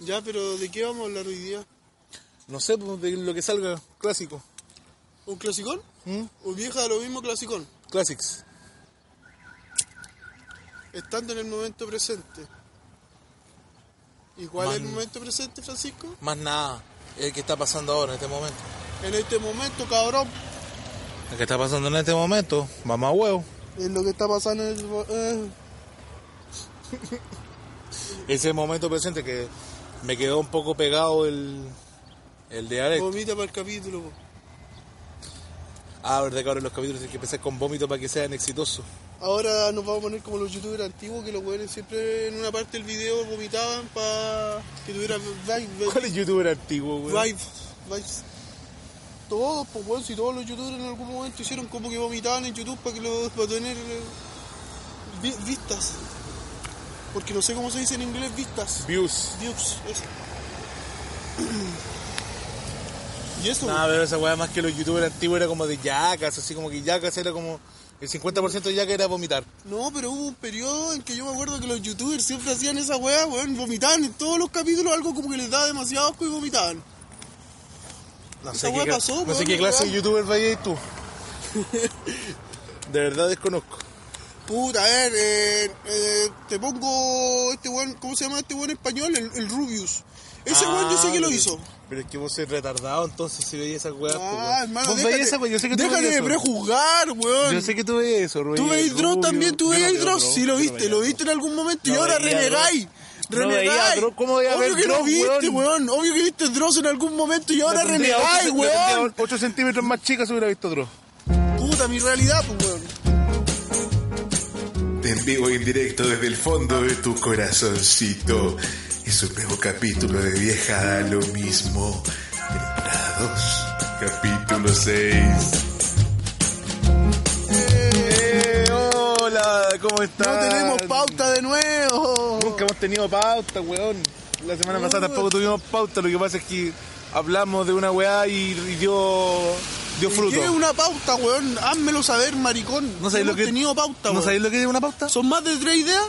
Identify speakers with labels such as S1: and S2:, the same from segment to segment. S1: Ya, pero ¿de qué vamos a hablar hoy día?
S2: No sé, pues de lo que salga, clásico.
S1: ¿Un clasicón?
S2: ¿Mm?
S1: ¿O vieja lo mismo clasicón?
S2: Classics.
S1: Estando en el momento presente. ¿Y cuál es el
S2: Man.
S1: momento presente, Francisco?
S2: Más nada, el que está pasando ahora, en este momento.
S1: En este momento, cabrón,
S2: El que está pasando en este momento, mamá huevo.
S1: es lo que está pasando en el... mo- eh.
S2: Ese momento presente que me quedó un poco pegado el, el dialecto.
S1: Vomita para el capítulo. po.
S2: Ah, verdad que ahora en los capítulos hay que empezar con vómito para que sean exitosos.
S1: Ahora nos vamos a poner como los youtubers antiguos que los weones siempre en una parte del video vomitaban para que tuvieran vibes.
S2: ¿Cuál es youtuber antiguo, güey?
S1: Vibes. Vibes. Todos, pues weón, si todos los youtubers en algún momento hicieron como que vomitaban en YouTube para que los, para tener eh, vi- vistas. Porque no sé cómo se dice en inglés vistas.
S2: Views.
S1: Views, eso. Y eso,
S2: Nada, Ah, pero esa weá más que los youtubers antiguos era como de yacas, así como que yacas era como. El 50% de yacas era vomitar.
S1: No, pero hubo un periodo en que yo me acuerdo que los youtubers siempre hacían esa weá, weón, vomitaban en todos los capítulos algo como que les daba demasiado asco y vomitaban.
S2: No
S1: Esa
S2: sé, qué,
S1: weá
S2: cla-
S1: pasó,
S2: no sé
S1: weón,
S2: qué clase
S1: weón.
S2: de youtuber vayas tú. de verdad desconozco.
S1: Puta, a ver, eh, eh, te pongo este weón, ¿cómo se llama este weón español? El, el Rubius. Ese weón yo sé que lo
S2: pero-
S1: hizo.
S2: Ah, Pero es que vos sois retardado, entonces si veías esa weá. pues,
S1: Ah, hermano,
S2: vos veías esa
S1: déjate,
S2: weá, yo sé que tú
S1: déjate
S2: veías
S1: de
S2: eso.
S1: prejuzgar, weón.
S2: Yo sé que tú veías eso, Rubén.
S1: Tú veis Dross también, tú veis Dross, sí lo viste, lo viste en algún momento y
S2: No
S1: ahora
S2: veía
S1: renegáis.
S2: Dross. No veía
S1: Renegáis.
S2: Dross, ¿cómo voy a
S1: Obvio
S2: ver
S1: que lo
S2: Dross,
S1: viste,
S2: weón?
S1: weón. Obvio que viste Dross en algún momento y ahora renegáis, weón.
S2: 8 centímetros más chica se hubiera visto Dross.
S1: Puta, mi realidad, pues, weón.
S3: En vivo y en directo desde el fondo de tu corazoncito. Es un nuevo capítulo de Vieja da lo mismo. Temporada 2, capítulo 6.
S2: Eh, hola, ¿cómo
S1: No
S2: estás?
S1: tenemos pauta de nuevo.
S2: Nunca hemos tenido pauta, weón. La semana pasada tampoco tuvimos pauta, lo que pasa es que hablamos de una weá y, y dio, dio fruto.
S1: ¿Quieres una pauta, weón? Házmelo saber, maricón.
S2: ¿No sabéis lo
S1: Hemos
S2: que
S1: tenido pauta,
S2: ¿No
S1: weón.
S2: sabéis lo que es una pauta?
S1: ¿Son más de tres ideas?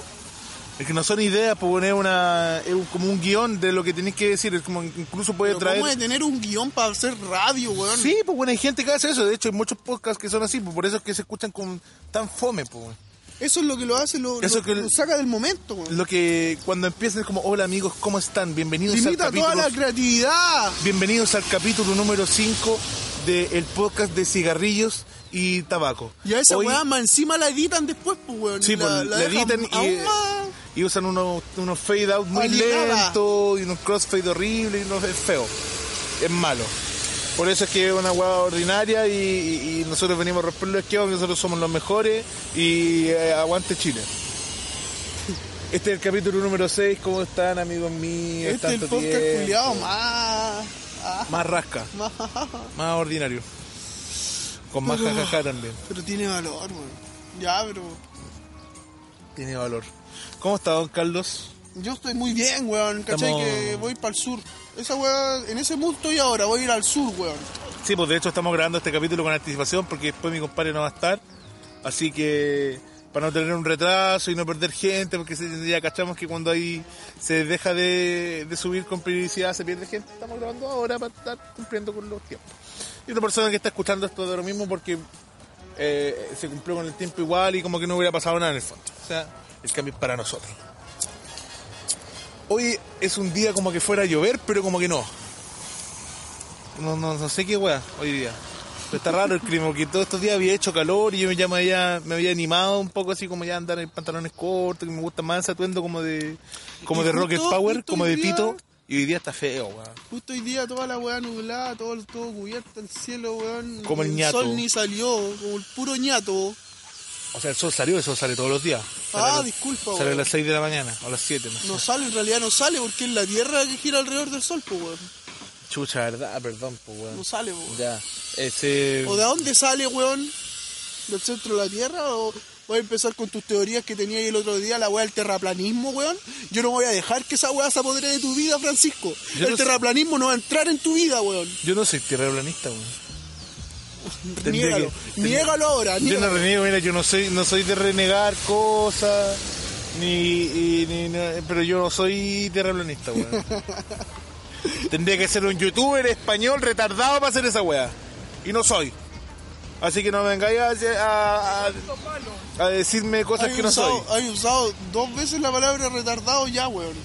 S2: Es que no son ideas, pues bueno, es una, es un- como un guión de lo que tenéis que decir, es como incluso puede
S1: Pero
S2: traer...
S1: ¿Cómo de tener un guión para hacer radio, weón?
S2: Sí, pues bueno, hay gente que hace eso, de hecho hay muchos podcasts que son así, pues por eso es que se escuchan con tan fome, pues. bueno.
S1: Eso es lo que lo hace, lo,
S2: Eso
S1: lo-
S2: que-
S1: lo saca del momento, weón.
S2: Lo que cuando empiezan es como, hola amigos, ¿cómo están? Bienvenidos
S1: Limita
S2: al
S1: toda
S2: capítulo...
S1: la creatividad.
S2: Bienvenidos al capítulo número 5 del podcast de cigarrillos y tabaco.
S1: Y a esa
S2: Hoy-
S1: weá más encima la editan después, pues weón.
S2: Sí, pues, la,
S1: dejan
S2: editan y,
S1: aún más-
S2: y usan unos, unos fade out muy
S1: Alienada.
S2: lentos y unos crossfade horribles y unos es feo. Es malo. Por eso es que es una hueá ordinaria y, y- y nosotros venimos a romperlo que nosotros somos los mejores y eh, aguante Chile. Este es el capítulo número 6, ¿cómo están amigos míos?
S1: Este es el
S2: Tanto
S1: podcast
S2: tiempo.
S1: culiado más. ah,
S2: Más rasca,
S1: más-
S2: más ordinario. Con más jajaja también.
S1: Pero tiene valor, weón. Ya, pero.
S2: Tiene valor. ¿Cómo está don Carlos?
S1: Yo estoy muy bien, weón. ¿Cachai?
S2: Estamos-
S1: Que voy para el sur. Esa weá, en ese mundo estoy ahora, voy a ir al sur, weón.
S2: Sí, pues de hecho estamos grabando este capítulo con anticipación porque después mi compadre no va a estar. Así que para no tener un retraso y no perder gente, porque se- ya cachamos que cuando ahí se deja de, de subir con periodicidad se pierde gente, estamos grabando ahora para estar cumpliendo con los tiempos. Y una persona que está escuchando esto de lo mismo porque eh, se cumplió con el tiempo igual y como que no hubiera pasado nada en el fondo. O sea, el cambio es para nosotros. Hoy es un día como que fuera a llover, pero como que no. No, no, no sé qué weá hoy día. Pero está raro el clima, porque todos estos días había hecho calor y yo ya me había, me había animado un poco así como ya andar en pantalones cortos, que me gusta más ese atuendo como de, como
S1: Y
S2: de
S1: justo-
S2: Rocket Power,
S1: justo
S2: como
S1: hoy
S2: de
S1: día-
S2: Tito. Y hoy día está feo, weá.
S1: Justo hoy día toda la weá nublada, todo, todo cubierto, el cielo, weón.
S2: Como el ñato.
S1: sol ni salió, como el puro ñato.
S2: O sea, el sol salió, el sol sale todos los días. Sale
S1: Ah,
S2: a las-
S1: disculpa,
S2: Sale a
S1: weón.
S2: las 6 de la mañana, o a las 7, no sé.
S1: No sale, en realidad no sale, porque es la tierra que gira alrededor del sol, pues weón.
S2: Chucha, verdad, perdón, pues weón.
S1: No sale, weón.
S2: Ya. Ese...
S1: ¿O de dónde sale, weón? ¿Del centro de la Tierra? ¿O voy a empezar con tus teorías que tenías el otro día, la weá del terraplanismo, weón? Yo no voy a dejar que esa weá se apodere de tu vida, Francisco.
S2: Yo
S1: el
S2: no sé.
S1: terraplanismo no va a entrar en tu vida, weón.
S2: Yo no soy tierraplanista, weón. Tendría
S1: Niégalo.
S2: que-
S1: Niégalo ahora.
S2: Yo no
S1: niégalo.
S2: reniego, mira, yo no soy, no soy de renegar cosas, Ni, y- ni- no, pero yo no soy terraplanista, weón. Tendría que ser un youtuber español retardado para hacer esa weá. Y no soy. Así que no me vengáis a, a- a- a decirme cosas
S1: Hay
S2: que no soy.
S1: usado, hay usado dos veces la palabra retardado ya, weón.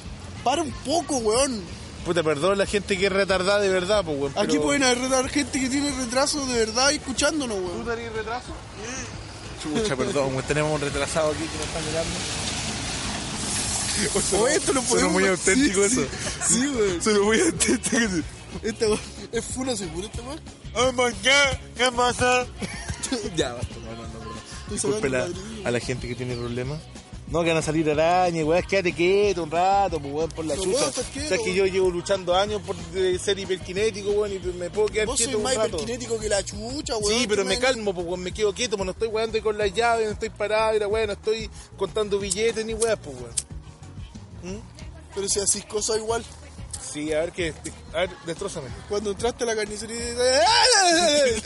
S1: Para un poco, weón.
S2: Puta, perdón la gente que es retardada de verdad, pues, weón.
S1: Aquí
S2: pero-
S1: pueden haber retar- gente que tiene retraso de verdad escuchándonos, weón.
S2: retraso? Chucha, perdón, güey, tenemos un retrasado aquí que nos está mirando.
S1: O esto lo
S2: Suena
S1: podemos...
S2: muy
S1: sí,
S2: auténtico
S1: sí,
S2: eso.
S1: Sí, weón.
S2: Suena muy auténtico.
S1: Esta weón. ¿Es funa segura esta weón?
S2: Oh my god, ¿qué pasa? ya, basta, no, no, no. no. Disculpe la-
S1: ladrillo.
S2: a la gente que tiene problemas. No, que van a salir arañas, weón, quédate quieto un rato, pues, weón, por la
S1: No
S2: chucha.
S1: puedo
S2: O
S1: estar quieto,
S2: sea, que yo llevo luchando años por eh, ser hiperkinético, weón, y me puedo quedar
S1: Vos sois
S2: quieto un
S1: más
S2: rato.
S1: hiperkinético que la chucha, weón.
S2: Sí, pero
S1: Tú
S2: me calmo, pues, weón, me quedo quieto, pues, no estoy weando con las llaves, no estoy parado, y la weón, no estoy contando billetes ni weas, pues, weón.
S1: Pero si haces cosas igual.
S2: Sí, a ver qué. A ver, destrózame.
S1: Cuando entraste a la carnicería... ¡ay!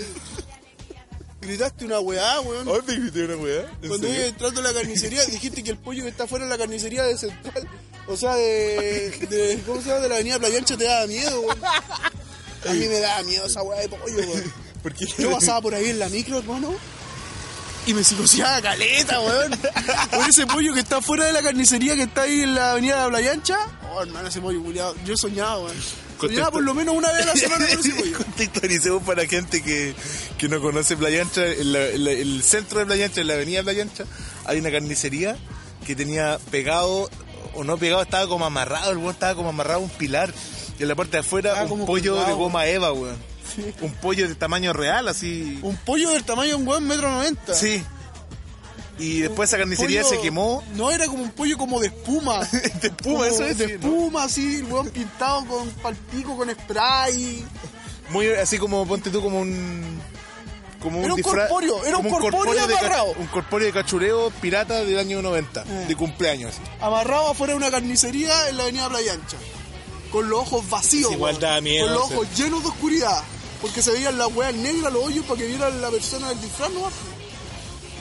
S1: Gritaste una weá, weón.
S2: ¿Dónde grité una weá?
S1: Cuando ibas entrando a la carnicería dijiste que el pollo que está fuera de la carnicería de Central, o sea, de, de- ¿cómo se llama? De la avenida Playa Ancha te daba miedo, weón. A mí me daba miedo esa weá de pollo, weón.
S2: ¿Por qué?
S1: Yo pasaba por ahí en la micro, hermano, y me psicoseaba caleta, weón. Por ese pollo que está fuera de la carnicería que está ahí en la avenida Playa Ancha. Oh, hermano, ese pollo culiado. Yo soñaba, weón. Soñaba por lo menos una vez a la semana con ese pollo.
S2: Contextualicemos para la gente que, que no conoce Playa Ancha, en la- en la- el centro de Playa Ancha, en la avenida Playa Ancha, hay una carnicería que tenía pegado, o no pegado, estaba como amarrado, el weón estaba como amarrado a un pilar. Y en la parte de afuera,
S1: Ah,
S2: un
S1: como
S2: pollo
S1: colgado.
S2: de goma Eva, weón.
S1: Sí.
S2: Un pollo de tamaño real, así.
S1: Un pollo del tamaño de un weón, metro noventa.
S2: Sí. Y después esa carnicería
S1: pollo-
S2: se quemó.
S1: No, era como un pollo como de espuma.
S2: De espuma,
S1: Como
S2: eso es,
S1: De
S2: sí, ¿no?
S1: espuma, así, el weón pintado con palpico, con spray.
S2: Muy así como ponte tú como un como
S1: Era un
S2: disfraz-
S1: corpóreo, era un
S2: como
S1: corpóreo
S2: de ca-
S1: amarrado.
S2: un corpóreo de cachureo pirata del año 90,
S1: Eh.
S2: de cumpleaños.
S1: Amarrado afuera de una carnicería en la avenida Playa Ancha. Con los ojos vacíos.
S2: Sí, igual
S1: weón.
S2: da miedo,
S1: Con los
S2: sí.
S1: ojos llenos de oscuridad. Porque se veían las weas negras, los hoyos, para que vieran la persona del disfraz, ¿no?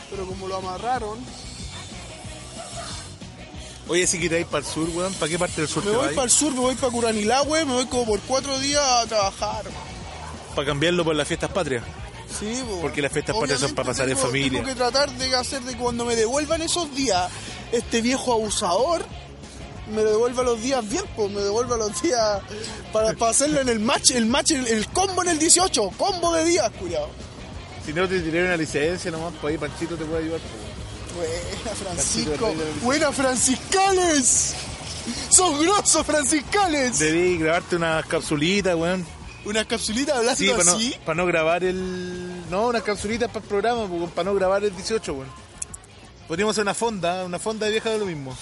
S1: Pero como lo amarraron,
S2: Oye, si queréis para el sur, weón, ¿para qué parte del sur
S1: me
S2: te
S1: voy
S2: vais?
S1: para el sur, me voy para Curanilá, weón, me voy como por cuatro días a trabajar.
S2: Para cambiarlo por las fiestas patrias.
S1: Sí, po.
S2: Porque las fiestas patrias son
S1: Obviamente
S2: para pasar en
S1: tengo-
S2: familia.
S1: Tengo que tratar de hacer de que cuando me devuelvan esos días, este viejo abusador me devuelva los días bien, pues me devuelva los días para, para hacerlo en el match, el match, el, el combo en el 18, combo de días, cuidado.
S2: Si no te tiré una licencia nomás, pues ahí Panchito te puede ayudar. pues.
S1: Buena,
S2: Cachito
S1: Francisco.
S2: de rey de-
S1: Buena, franciscales. Son grosos, franciscales.
S2: Debí grabarte unas capsulitas, weón.
S1: Unas capsulitas hablando
S2: Sí, para no,
S1: así.
S2: pa' no grabar el. No, unas capsulitas para el programa, pues, para no grabar el 18, weón. Podríamos hacer una fonda, una fonda vieja de lo mismo.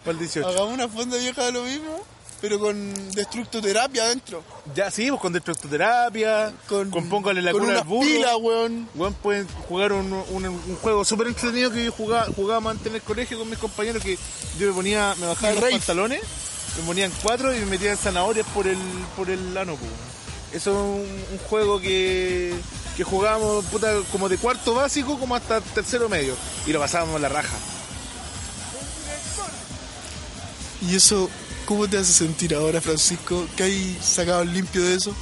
S2: Para el 18.
S1: Hagamos una fonda vieja de lo mismo, pero con destructoterapia adentro.
S2: Ya, sí, pues con destructoterapia, con, póngale la
S1: con
S2: cura al
S1: unas
S2: burro.
S1: pilas, weón.
S2: Weón, pueden jugar un, un- un juego súper entretenido que yo jugaba, jugaba antes en el colegio con mis compañeros que yo me ponía, me bajaba
S1: El
S2: los
S1: rave.
S2: pantalones, me ponían cuatro y me metían zanahorias por el, por el ano, pues, weón. Eso es un, un juego que, que jugábamos puta, como de cuarto básico como hasta tercero medio y lo pasábamos la raja.
S1: ¿Y eso cómo te hace sentir ahora, Francisco? ¿Qué hay sacado limpio de eso?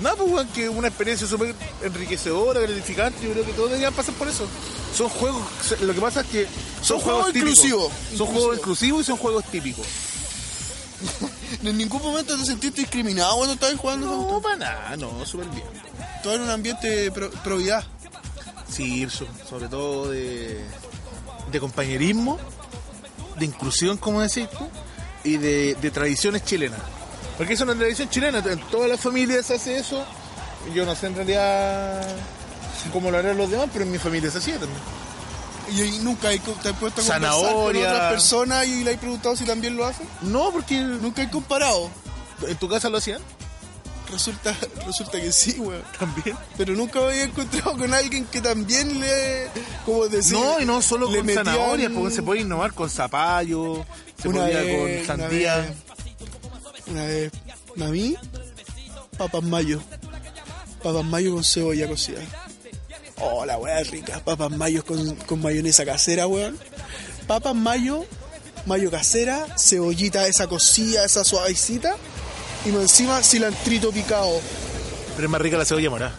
S2: No, pues, weón, que una experiencia súper enriquecedora, gratificante. Yo creo que todos deberían pasar por eso. Son juegos, lo que pasa es que son,
S1: Son juegos
S2: típicos.
S1: inclusivos.
S2: Son
S1: Inclusivos.
S2: juegos inclusivos y son juegos típicos.
S1: ¿En ningún momento te sentiste discriminado cuando estabas jugando? esa
S2: No,
S1: cuestión?
S2: para nada, no, súper bien.
S1: Todo en un ambiente de pro- probidad.
S2: Sí, so- sobre todo de, de compañerismo, de inclusión, como decís tú, y de, de tradiciones chilenas. Porque eso es una tradición chilena, en todas las familias se hace eso. Yo no sé en realidad cómo lo harán los demás, pero en mi familia se hacía también.
S1: Y, ahí nunca hay co- te has puesto a conversar con
S2: Zanahoria.
S1: otras personas y le has preguntado si también lo hacen.
S2: No, porque
S1: Nunca he comparado.
S2: en tu casa lo hacían.
S1: Resulta, resulta que sí, weón.
S2: También.
S1: Pero nunca me había encontrado con alguien que también le... Como decir...
S2: no, y no solo
S1: le
S2: con
S1: metían-
S2: zanahorias, porque se puede innovar con zapallo, se
S1: Una
S2: podía
S1: vez,
S2: con
S1: una
S2: sandía.
S1: vez, Una vez, mami, papas mayo. Papas mayo con cebolla cocida. Oh, la weá es rica. Papas mayo con, con mayonesa casera, weón. papas mayo, mayo casera, cebollita, esa cosilla, esa suavecita, y más encima cilantrito picado.
S2: Pero es más rica la cebolla morada.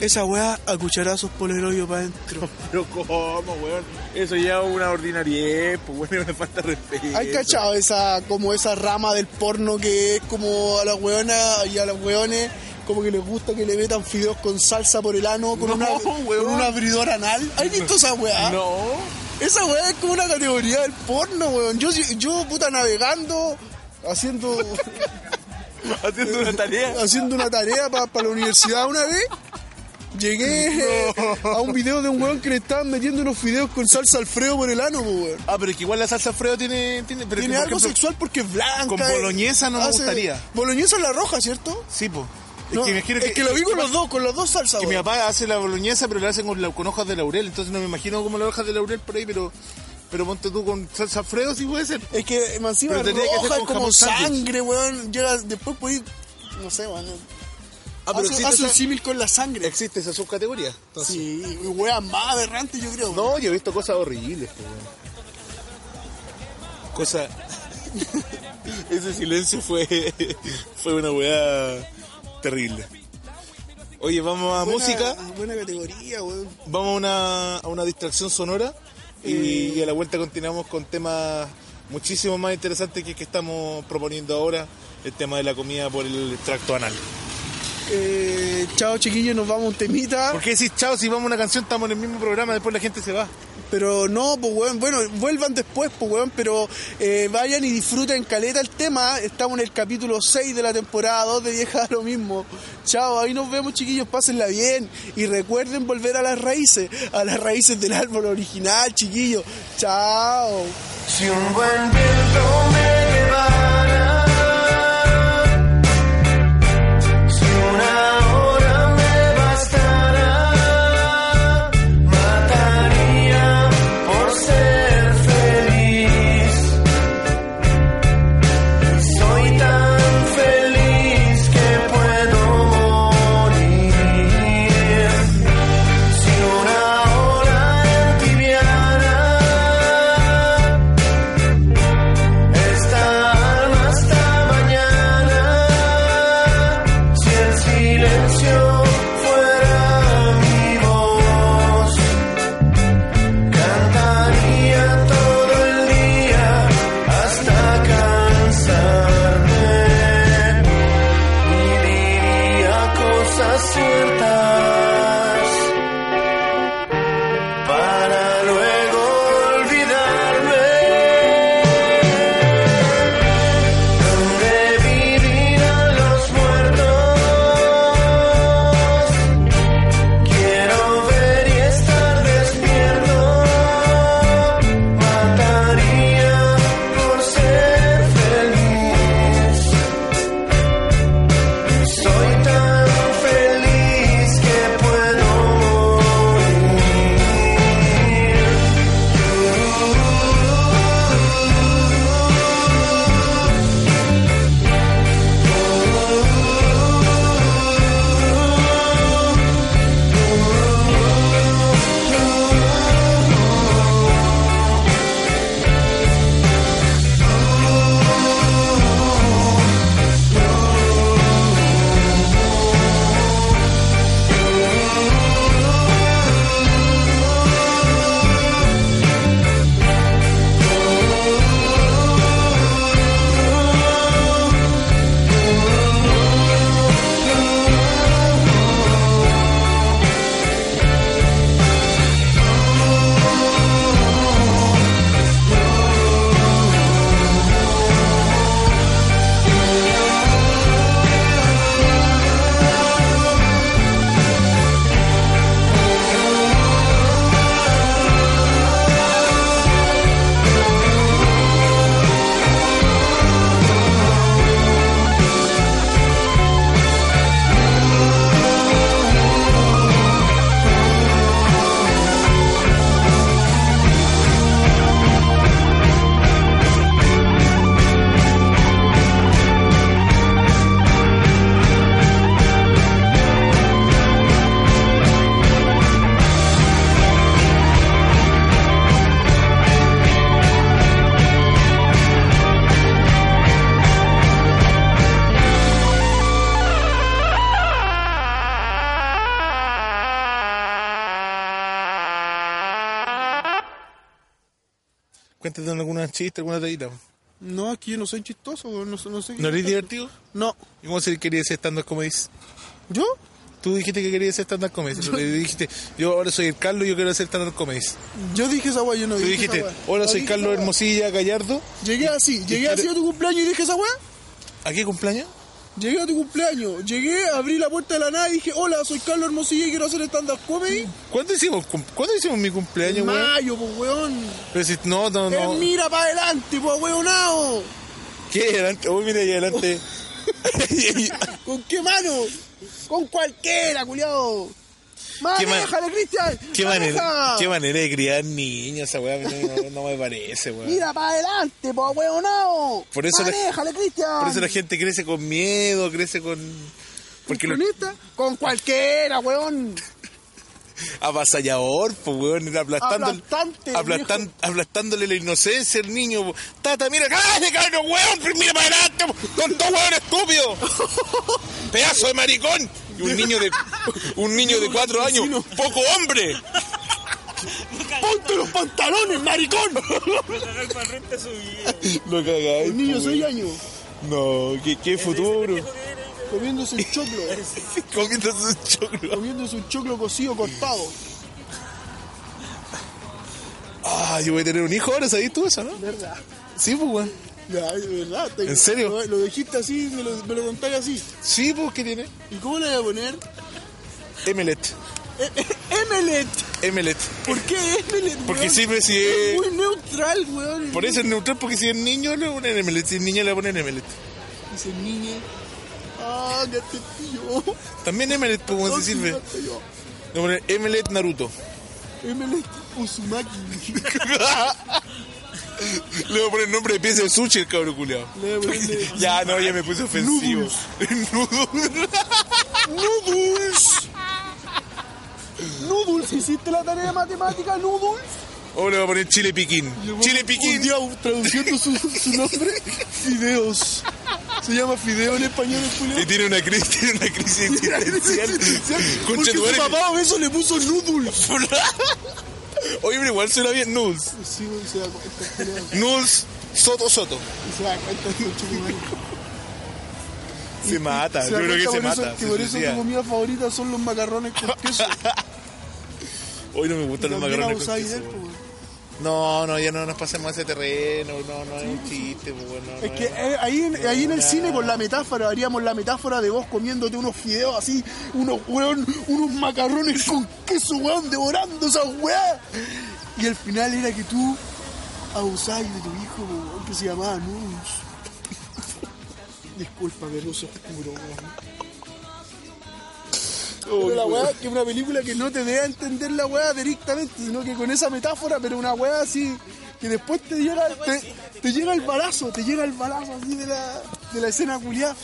S1: Esa weá a cucharazos por el hoyo para adentro.
S2: Pero cómo, weón. Eso ya es una ordinariedad, pues weón, es una falta de respeto.
S1: ¿Hay cachado esa, como esa rama del porno que es como a las weonas y a los weones, como que les gusta que le metan fideos con salsa por el ano, con,
S2: No,
S1: una,
S2: weón.
S1: con un abridor anal? ¿Has visto esa weá?
S2: No.
S1: Esa weá es como una categoría del porno, weón. Yo, yo puta, navegando, haciendo,
S2: Haciendo una tarea.
S1: haciendo una tarea para la universidad una vez. Llegué a un video de un weón que le estaban metiendo unos fideos con salsa Alfredo por el ano, po, weón.
S2: Ah, pero es que igual la salsa Alfredo tiene. Tiene, pero
S1: Tiene
S2: por
S1: algo
S2: ejemplo,
S1: sexual porque es blanca.
S2: con
S1: eh.
S2: boloñesa no me gustaría.
S1: Boloñesa es la roja, ¿cierto?
S2: Sí, pues.
S1: No,
S2: es que imagino
S1: es que lo vi con los dos, con las dos salsas,
S2: que mi
S1: weón.
S2: papá hace la boloñesa, pero la hacen con, la- con hojas de laurel. Entonces no me imagino cómo las hojas de laurel por ahí, pero. Pero ponte tú con salsa Alfredo, sí puede ser.
S1: Es que más encima
S2: Pero
S1: es
S2: tendría que hacer
S1: roja, es
S2: con
S1: como
S2: jamón sándwich.
S1: sangre, weón. Llega, después podéis, no sé, weón.
S2: Ah, pero
S1: hace,
S2: existe
S1: hace un
S2: esa-
S1: símil con la sangre.
S2: Existe esa subcategoría. Entonces,
S1: Sí, weón, más aberrante, yo creo.
S2: No, yo he visto cosas horribles, po, weón. Cosa. Ese silencio fue. fue una weá terrible. Oye, vamos a
S1: Buena-
S2: música,
S1: Buena categoría, weón.
S2: vamos a una, a una distracción sonora y, y a la vuelta continuamos con temas muchísimo más interesantes que el que estamos proponiendo ahora, el tema de la comida por el tracto anal.
S1: Eh, chao, chiquillos, nos vamos a un temita.
S2: ¿Por qué decís chao si vamos a una canción, estamos en el mismo programa, después la gente se va?
S1: Pero no, pues weón, bueno, vuelvan después, pues weón, pero eh, vayan y disfruten caleta el tema. Estamos en el capítulo 6 de la temporada 2 de Vieja da lo mismo. Chao, ahí nos vemos chiquillos, pásenla bien. Y recuerden volver a las raíces, a las raíces del árbol original, chiquillos. Chao.
S4: Si un buen viento me llevara, si una hora me bastara, mataría por ser feliz. Soy tan feliz que puedo morir. Si una hora entibiara, es
S2: Cuéntate alguna chiste, alguna tallita.
S1: No, es que yo no soy chistoso, weón, no, sé- no sé. qué-
S2: ¿No eres divertido?
S1: No.
S2: ¿Y cómo se quería ser stand-up comedies?
S1: ¿Yo?
S2: Tú dijiste que querías ser stand-up comedies. pero le dijiste, yo ahora soy el Carlos y yo quiero ser stand-up comedies.
S1: Yo dije esa weá, yo no
S2: Tú
S1: dije.
S2: dijiste,
S1: esa weá.
S2: hola,
S1: No
S2: soy
S1: dije
S2: Carlos
S1: esa weá.
S2: Hermosilla Gallardo.
S1: Llegué así, llegué así a tu cumpleaños y dije esa weá.
S2: ¿A qué cumpleaños?
S1: Llegué a tu cumpleaños, llegué, abrí la puerta de la nada y dije, hola, soy Carlos Hermosilla y quiero hacer stand-up comedy.
S2: ¿Cuándo hicimos, cum- ¿cuándo hicimos mi cumpleaños,
S1: En
S2: weón?
S1: mayo, pues weón.
S2: Pero si, no, no,
S1: Eh,
S2: no.
S1: mira para adelante, pues weonao.
S2: ¿Qué? Adelante. Uy, mira, ahí adelante.
S1: ¿Con qué mano? Con cualquiera, culiao. Manéjale, Cristian.
S2: ¿Qué manera,
S1: maneja.
S2: qué manera de criar niños esa weá? a mí No, no me parece, weón.
S1: Mira para adelante, pues weonao.
S2: Por eso la-
S1: Manéjale, Cristian.
S2: Por eso la gente crece con miedo, crece con... Porque lo,
S1: ¿Con esta? Con cualquiera, weón.
S2: avasallador, pues, weón, aplastándole,
S1: Aplastante,
S2: aplastan-
S1: viejo.
S2: aplastándole la inocencia al niño. po. Tata, mira, cállate, cabrón, weón, pero mira para adelante, po, tonto weón estúpido. Pedazo de maricón. Y un niño de, un niño de cuatro años, poco hombre.
S1: Ponte los pantalones, maricón.
S2: Lo cagáis.
S1: El niño
S2: po,
S1: soy
S2: weón.
S1: año,
S2: No, qué, qué futuro.
S1: comiéndose un choclo,
S2: Comiendo sus choclos.
S1: comiéndose un choclo cocido cortado.
S2: Ah, yo voy a tener un hijo ahora, ¿sabes tú eso, no?
S1: ¿Verdad?
S2: Sí, pues, weón.
S1: Ya, de verdad. te-
S2: ¿En serio?
S1: Lo, lo dijiste así, me lo, me lo contaste así.
S2: Sí, pues, ¿qué tiene?
S1: ¿Y cómo le voy a poner?
S2: Emelet.
S1: E- e- Emelet.
S2: Emelet.
S1: ¿Por qué Emelet?
S2: Porque
S1: weón?
S2: sirve si
S1: Es
S2: es-
S1: muy neutral, weón.
S2: Por eso es neutral, porque si es niño le ponen emelet, si es niña le ponen emelet.
S1: Dice niña. Ah, gato tío.
S2: También emelet, pues, weón,
S1: Ah,
S2: se sirve.
S1: gato yo.
S2: Le ponen emelet Naruto.
S1: Emelet Uzumaki.
S2: le voy a poner nombre de pieza de sushi el cabro culiao.
S1: Le voy a poner-
S2: Ya, no, ya me puse ofensivo. Noodles.
S1: Noodles. Noodles, ¿hiciste la tarea de matemática, Noodles?
S2: O le voy a poner chile piquín. Chile
S1: Un
S2: piquín.
S1: día traduciendo su, su nombre, Fideos. Se llama Fideo en español, es
S2: Y tiene una crisis, tiene una crisis existencial.
S1: Porque
S2: Concha tu
S1: su
S2: madre.
S1: papá a eso le puso Noodles.
S2: Oye, pero igual suena bien. Noodles.
S1: Sí, güey, se da cuenta, culiao.
S2: Noodles. Soto, soto.
S1: Se da cuenta, tío, chulo,
S2: Se mata.
S1: Se
S2: Yo
S1: da
S2: creo que
S1: cuenta
S2: se
S1: por eso
S2: mata.
S1: Que
S2: se
S1: por eso
S2: suicida.
S1: tu comida favorita son los macarrones con queso.
S2: Hoy no me gustan los
S1: También
S2: macarrones con
S1: abusáis de
S2: queso,
S1: él,
S2: weón.
S1: pues.
S2: No, no, ya no nos pasemos a ese terreno. No, no es un chiste, pues, weón, no,
S1: Es
S2: no
S1: que eh, ahí, en, ahí en el cine con la metáfora haríamos la metáfora de vos comiéndote unos fideos así, unos weón, unos macarrones con queso, weón, devorando esas weá. Y al final era que tú abusabas de tu hijo, weón, que se llamaba Nus. Disculpa, pero es oscuro, weón. Pero la weá, que una película que no te deja entender la weá directamente, sino que con esa metáfora, pero una weá así, que después te llega, te, te llega el balazo, te llega el balazo así de la, de la escena culiada,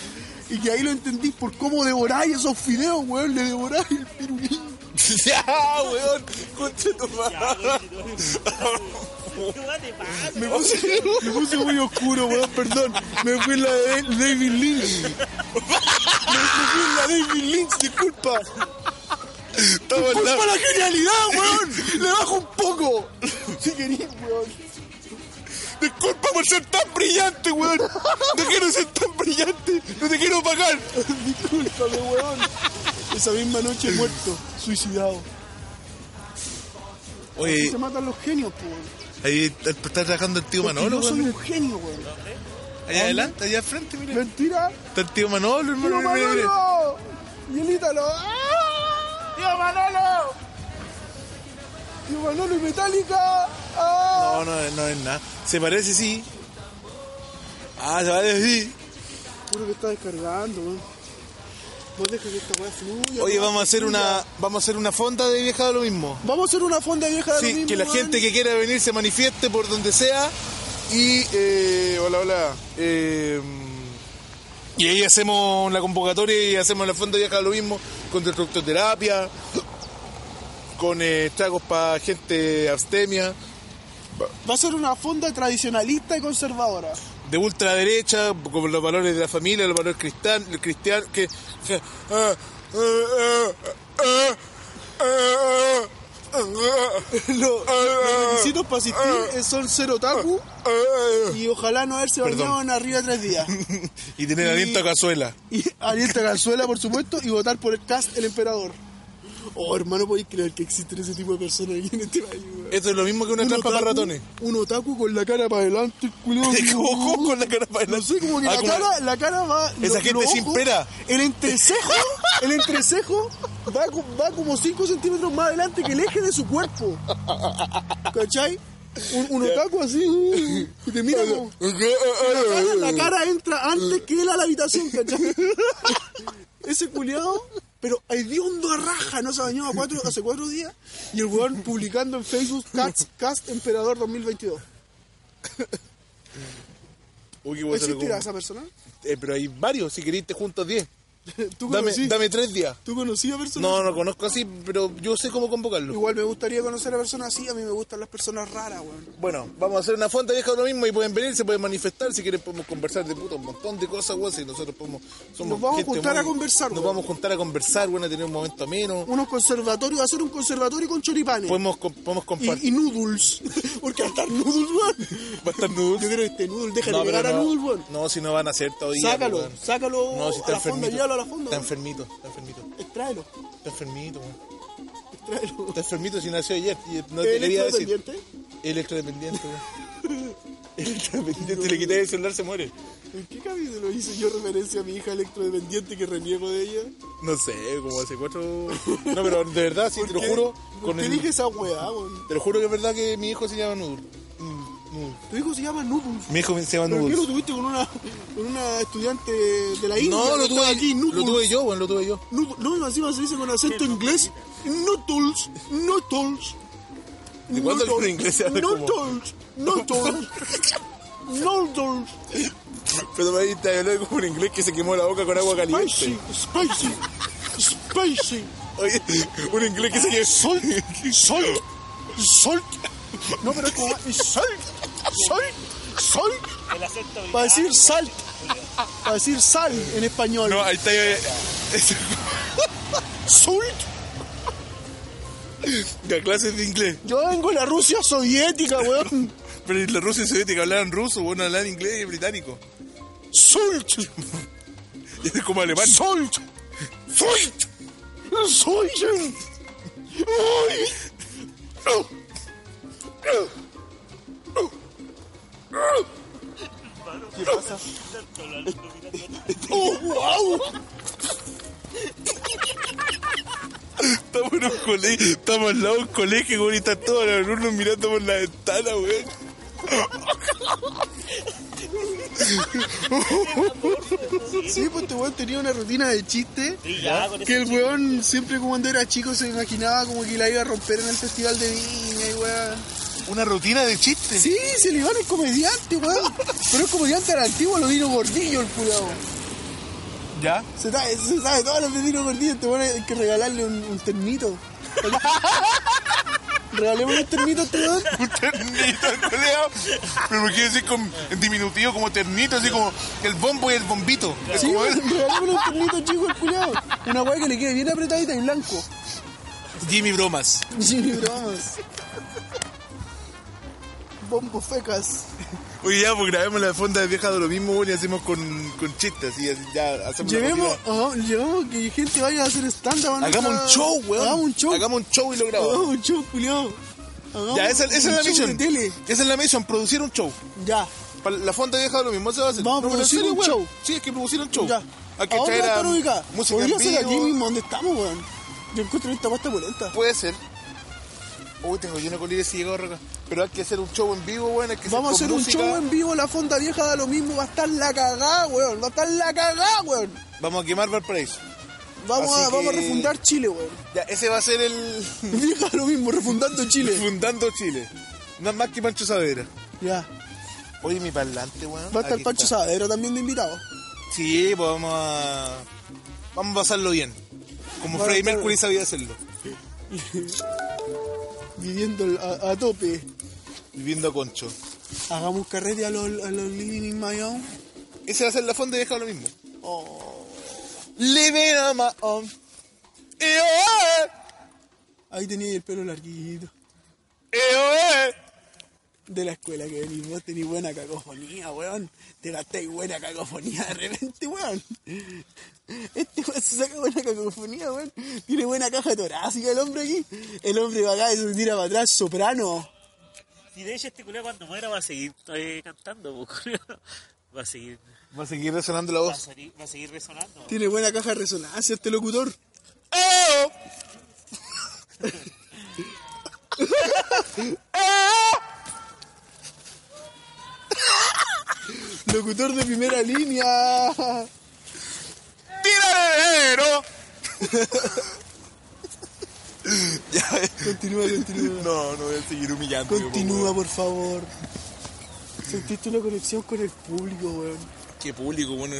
S1: y que ahí lo entendís por cómo devoráis esos fideos, weón, le devoráis el pirulín.
S2: Ya, weón, concha tu madre.
S1: Me puse, me puse muy oscuro, weón, perdón. Me fui en la de David Lynch. Me, me fui en la David Lynch, disculpa.
S2: Estamos al
S1: ¡Culpa
S2: lado,
S1: la genialidad, weón! ¡Le bajo un poco! Si querís, weón.
S2: disculpa por ser tan brillante, weón. No quiero ser tan brillante, no te quiero pagar.
S1: Discúlpame, weón. Esa misma noche muerto, suicidado. Así
S2: Oye,
S1: se matan los genios, po, weón.
S2: ahí está trabajando el tío
S1: Porque
S2: Manolo,
S1: yo soy
S2: weón.
S1: un genio, weón.
S2: Allá adelante, allá al frente, mira.
S1: Mentira.
S2: Está el tío Manolo,
S1: ¡Tío
S2: hermano. mira, mira, mira.
S1: Manolo! Y el Ítalo. ¡Ah! ¡Tío Manolo! ¡Tío Manolo y Metallica! ¡Ah!
S2: No, no, no es nada. Se parece, sí. Ah, se parece, sí.
S1: Puro que está descargando, weón. Vos deja que esta weá fluya.
S2: Oye,
S1: weón,
S2: vamos a hacer
S1: fluya.
S2: una, vamos a hacer una fonda de vieja de lo mismo.
S1: Vamos a hacer una fonda vieja de lo
S2: Sí,
S1: mismo,
S2: que la
S1: weón.
S2: gente que quiera venir se manifieste por donde sea y eh, hola, hola. eh, y ahí hacemos la convocatoria y hacemos la fonda viaja lo mismo con destructoterapia, con eh, tragos para gente abstemia,
S1: Va a ser una fonda tradicionalista y conservadora.
S2: de ultraderecha, con los valores de la familia, los valores cristian, cristian que ah, ah, ah, ah, ah, ah,
S1: Lo- los requisitos para
S2: Ah.
S1: asistir es- son ser otaku y ojalá no haberse
S2: Perdón.
S1: bañado en arriba de tres días.
S2: Y tener aliento a cazuela.
S1: Y Ariel Taganzuela, por supuesto, y votar por el cast El Emperador. Oh, hermano, podéis creer que existen ese tipo de personas aquí en este país, weón.
S2: Esto es lo mismo que una
S1: Un
S2: trampa para
S1: otaku-
S2: ratones.
S1: Un otaku con la cara para adelante, culiado.
S2: Ojo con la cara para
S1: No sé, como que
S2: Ah,
S1: la,
S2: como-
S1: cara, la cara va...
S2: Esa gente
S1: los
S2: sin
S1: ojos,
S2: pera.
S1: El entrecejo, el entrecejo va, co- va como 5 centímetros más adelante que el eje de su cuerpo. ¿Cachai? Un, un otaku así, uh, y te mira como...
S2: Eh, ah,
S1: La cara, la cara entra antes que él a la habitación, ¿cachai? Ese culiado, pero hediondo a raja, no se bañó a cuatro, hace cuatro días. Y el weón publicando en Facebook Cast, Cast Emperador 2022.
S2: Uy, qué guaso,
S1: ¿Existirá
S2: loco.
S1: esa persona?
S2: Eh, pero hay varios, si querés te juntas 10.
S1: ¿Tú
S2: Dame,
S1: conocí-
S2: dame tres días.
S1: ¿Tú conocías a personas?
S2: No, no conozco así, pero yo sé cómo convocarlo.
S1: Igual me gustaría conocer a personas así, a mí me gustan las personas raras, weón.
S2: Bueno, vamos a hacer una fonda vieja ahora mismo y pueden venir, se pueden manifestar, si quieren podemos conversar de puta un montón de cosas, weón, si nosotros podemos... Somos
S1: Nos vamos a
S2: gente
S1: juntar
S2: muy-
S1: a conversar,
S2: Nos
S1: weón.
S2: vamos a juntar a conversar, bueno, a tener un momento ameno.
S1: Unos conservatorios, hacer un conservatorio con choripanes.
S2: Podemos, com- podemos compartir...
S1: y, y noodles. Porque va a estar noodles, weón.
S2: Va a estar nudes.
S1: Yo quiero este noodles, déjale
S2: No, pero
S1: llegar a
S2: no,
S1: noodles, weón.
S2: no, si no van a hacer todavía.
S1: Sácalo,
S2: weón.
S1: sácalo
S2: No, si
S1: a
S2: está
S1: la fonda,
S2: enfermito.
S1: llévalo a la fonda.
S2: Está
S1: weón.
S2: enfermito, está enfermito.
S1: Extráelo,
S2: Está enfermito, weón.
S1: extráelo.
S2: Está enfermito si nació ayer. y No te
S1: ¿El
S2: quería decir.
S1: extradependiente?
S2: Electrodependiente, weón. Electrodependiente, le quitas el celular, se muere.
S1: ¿En qué capítulo hice yo referencia a mi hija electrodependiente que reniego de ella?
S2: No sé, como hace cuatro. No, pero de verdad, sí, te lo
S1: ¿Qué?
S2: juro.
S1: ¿Por
S2: Con
S1: qué
S2: el...
S1: dije esa weá, weón?
S2: Te lo juro que es verdad que mi hijo se llama Nudul.
S1: Tu hijo se llama Noodles.
S2: Mi hijo se
S1: ¿Pero
S2: llama
S1: qué lo
S2: Nudul.
S1: tuviste con una, con una estudiante de la India?
S2: No, lo tuve,
S1: Estaba aquí, Noodles.
S2: lo tuve yo, weón, lo tuve yo.
S1: Noodle- No, y encima se dice con acento inglés. Noodles, noodles.
S2: ¿De cuándo
S1: noodles,
S2: el inglés se habla como-
S1: Noodles, noodles. Noodles,
S2: Pero ahí te habló como un inglés que se quemó la boca con agua
S1: spicy,
S2: caliente.
S1: spicy, spicy.
S2: Oye, un inglés que se quemó.
S1: Salt, salt, salt. No, pero es como es salt, salt, salt. Para decir salt, para decir sal en español.
S2: No, ahí está.
S1: Salt.
S2: La clase de inglés.
S1: Yo vengo de la Rusia soviética, weón.
S2: Pero en la Rusia soviética hablaban ruso, bueno, hablaban inglés y británico.
S1: Salt,
S2: Y es como alemán.
S1: salt,
S2: ¡Fuit!
S1: salt. Oh. Oh. ¿Qué pasa? ¡Oh, wow!
S2: Estamos en un colegio, estamos al lado de un colegio, güey, y están todos los alumnos mirando por la ventana, güey.
S1: Sí, pues este weón tenía una rutina de chiste
S5: Sí, ya, con
S1: que
S5: ese
S1: el weón siempre como cuando era chico se imaginaba como que la iba a romper en el festival de viña y weón.
S2: Una rutina de chistes.
S1: Sí, se le iban el comediante, weón. Pero es comediante al antiguo, lo vino gordillo el culiao.
S2: ¿Ya?
S1: Se sabe, se sabe todas las de vino gordillo, te hay que regalarle un, un ternito. Regalemos un ternito a este weón.
S2: Un ternito, colegio. Pero me quiere decir con, en diminutivo como ternito, así como el bombo y el bombito. Es
S1: Sí,
S2: como
S1: weón,
S2: el-
S1: regalémosle un ternito chico al culiao. Una weá que le quede bien apretadita y blanco.
S2: Jimmy Bromas.
S1: Jimmy Bromas. Bombo fecas.
S2: Oye, ya, pues grabemos la fonda de vieja de lo mismo, güey, y hacemos con, con chistes, y así ya hacemos una
S1: Llevemos,
S2: rutina.
S1: ah, llevemos que gente vaya a hacer stand-up. ¿no?
S2: Hagamos un show, weón.
S1: Hagamos un show.
S2: Hagamos un show y lo grabamos.
S1: Hagamos un show, culiao. Hagamos
S2: Ya, esa, esa es
S1: un
S2: la
S1: show
S2: misión.
S1: de tele.
S2: Esa es la misión, producir un show.
S1: Ya.
S2: Pa- La fonda vieja de lo mismo, se va a hacer.
S1: Vamos a
S2: pero en
S1: producir
S2: serio,
S1: un
S2: weón.
S1: show.
S2: Sí, es que producir un show.
S1: Ya.
S2: Hay que
S1: ¿A dónde
S2: traer
S1: va a
S2: a
S1: estar ubicada?
S2: música
S1: Podría
S2: en
S1: ser aquí
S2: vivo.
S1: mismo donde estamos, weón. Yo encuentro esta puesta polenta.
S2: Puede ser. Uy, tengo lleno de colines y llego acá. Pero hay que hacer un show en vivo, weón. hay que
S1: Vamos a hacer
S2: con
S1: un
S2: música.
S1: show en vivo, la fonda vieja da lo mismo, va a estar la cagada, weón. Va a estar la cagada, weón.
S2: Vamos a quemar Valparaíso.
S1: Vamos
S2: Así
S1: a, vamos a
S2: que-
S1: refundar Chile, weón.
S2: Ya, ese va a ser el...
S1: Vieja da lo mismo, refundando Chile.
S2: Fundando Chile. Nada más que Pancho Saavedra.
S1: ya.
S2: Oye, mi parlante, weón.
S1: Va a estar
S2: Aquí
S1: Pancho
S2: está.
S1: Saavedra también de invitado.
S2: Sí, pues vamos a... Vamos a pasarlo bien. Como
S1: Vale,
S2: Freddie
S1: claro.
S2: Mercury sabía hacerlo.
S1: Viviendo a- a tope.
S2: Viviendo a Concho.
S1: Hagamos un carrete a los, a los Living in My Own.
S2: Ese va a ser la fonda vieja lo mismo.
S1: Oh. Eh,
S2: Living on my own. Y, oh,
S1: Ahí teníais el pelo larguito. oh,
S2: ¡Eh, oe!
S1: De la escuela que venís, vos tenés buena cacofonía, weón. Te gastáis buena cacofonía de repente, weón. Este weón se saca buena cacofonía, weón. Tiene buena caja torácica el hombre aquí. El hombre va acá y se tira para atrás, soprano.
S5: Y de hecho, este culiao cuando muera va a seguir eh, cantando, po, culiao. Va a seguir,
S2: Va a seguir resonando la
S5: va a
S2: voz.
S5: seguir, va a seguir resonando.
S1: Tiene buena caja de resonancia este locutor. ¡Oh!
S2: ¡Eh!
S1: Locutor de primera línea.
S2: ¡Tira dinero!
S1: Continúa, continúa.
S2: eh. No, no voy a seguir humillando.
S1: Continúa, por favor. Sentiste una conexión con el público, weón.
S2: Qué público, bueno.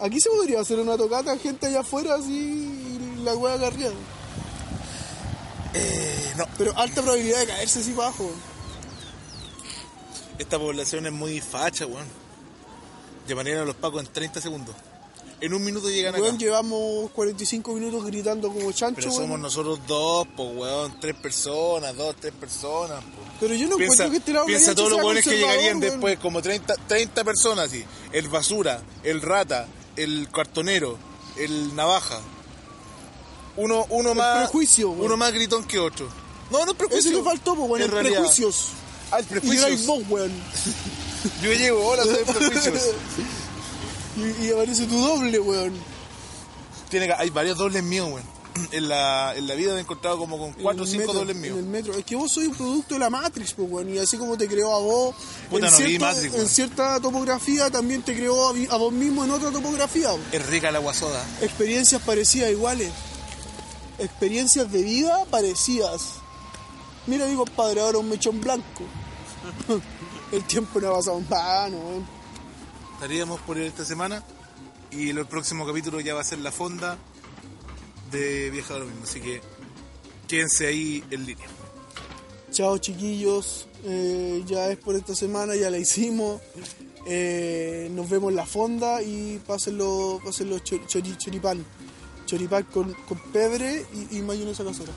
S1: Aquí se podría hacer una tocata, gente allá afuera, así, y la hueá agarreada.
S2: no.
S1: Pero alta probabilidad de caerse así bajo.
S2: Esta población es muy facha, weón. Llamarían a los pacos en 30 segundos. En un minuto llegan acá.
S1: Weón, llevamos 45 minutos gritando como chancho,
S2: Pero
S1: weón.
S2: somos nosotros dos, po, weón. Tres personas, dos, tres personas, po.
S1: Pero yo no
S2: Piensa,
S1: encuentro que este lado
S2: piensa
S1: derecho
S2: todos los
S1: sea
S2: weones que
S1: conservador,
S2: llegarían
S1: weón.
S2: después, como 30, 30 personas, así. El basura, el rata, el cartonero, el navaja. Uno, uno más.
S1: prejuicio, weón.
S2: Uno más gritón que otro. No, no es prejuicio.
S1: Eso te faltó, pues, weón,
S2: En
S1: el
S2: realidad.
S1: prejuicios.
S2: Ah, el
S1: Y llegáis
S2: prejuicio.
S1: vos, weón.
S2: Yo llego, hola, soy el prejuicios.
S1: y, y aparece tu doble, weón.
S2: Tiene, que- hay varios dobles míos, weón. En la, en la vida me he encontrado como con cuatro
S1: En
S2: o
S1: el
S2: cinco
S1: metro,
S2: dobles
S1: En
S2: míos.
S1: el metro. Es que vos sois un producto de la Matrix, pues, weón. Y así como te creó a vos
S2: Puta,
S1: en,
S2: no vi
S1: cierta,
S2: Matrix,
S1: en
S2: weón.
S1: cierta topografía, también te creó a, vi- a vos mismo en otra topografía. weón.
S2: Es rica la guasoda.
S1: Experiencias parecidas iguales. Experiencias de vida parecidas. Mira, mi compadre, ahora un mechón blanco. el tiempo no ha pasado en vano, ¿eh? weón.
S2: estaríamos por esta semana y el próximo capítulo ya va a ser la fonda de Viaja a lo mismo, así que quédense ahí en línea.
S1: Chao chiquillos, Eh, ya es por esta semana, ya la hicimos. Eh, nos vemos en la fonda y pásenlo, pásenlo chor- chori- choripán. Choripán con, con pebre y, y mayonesa casera.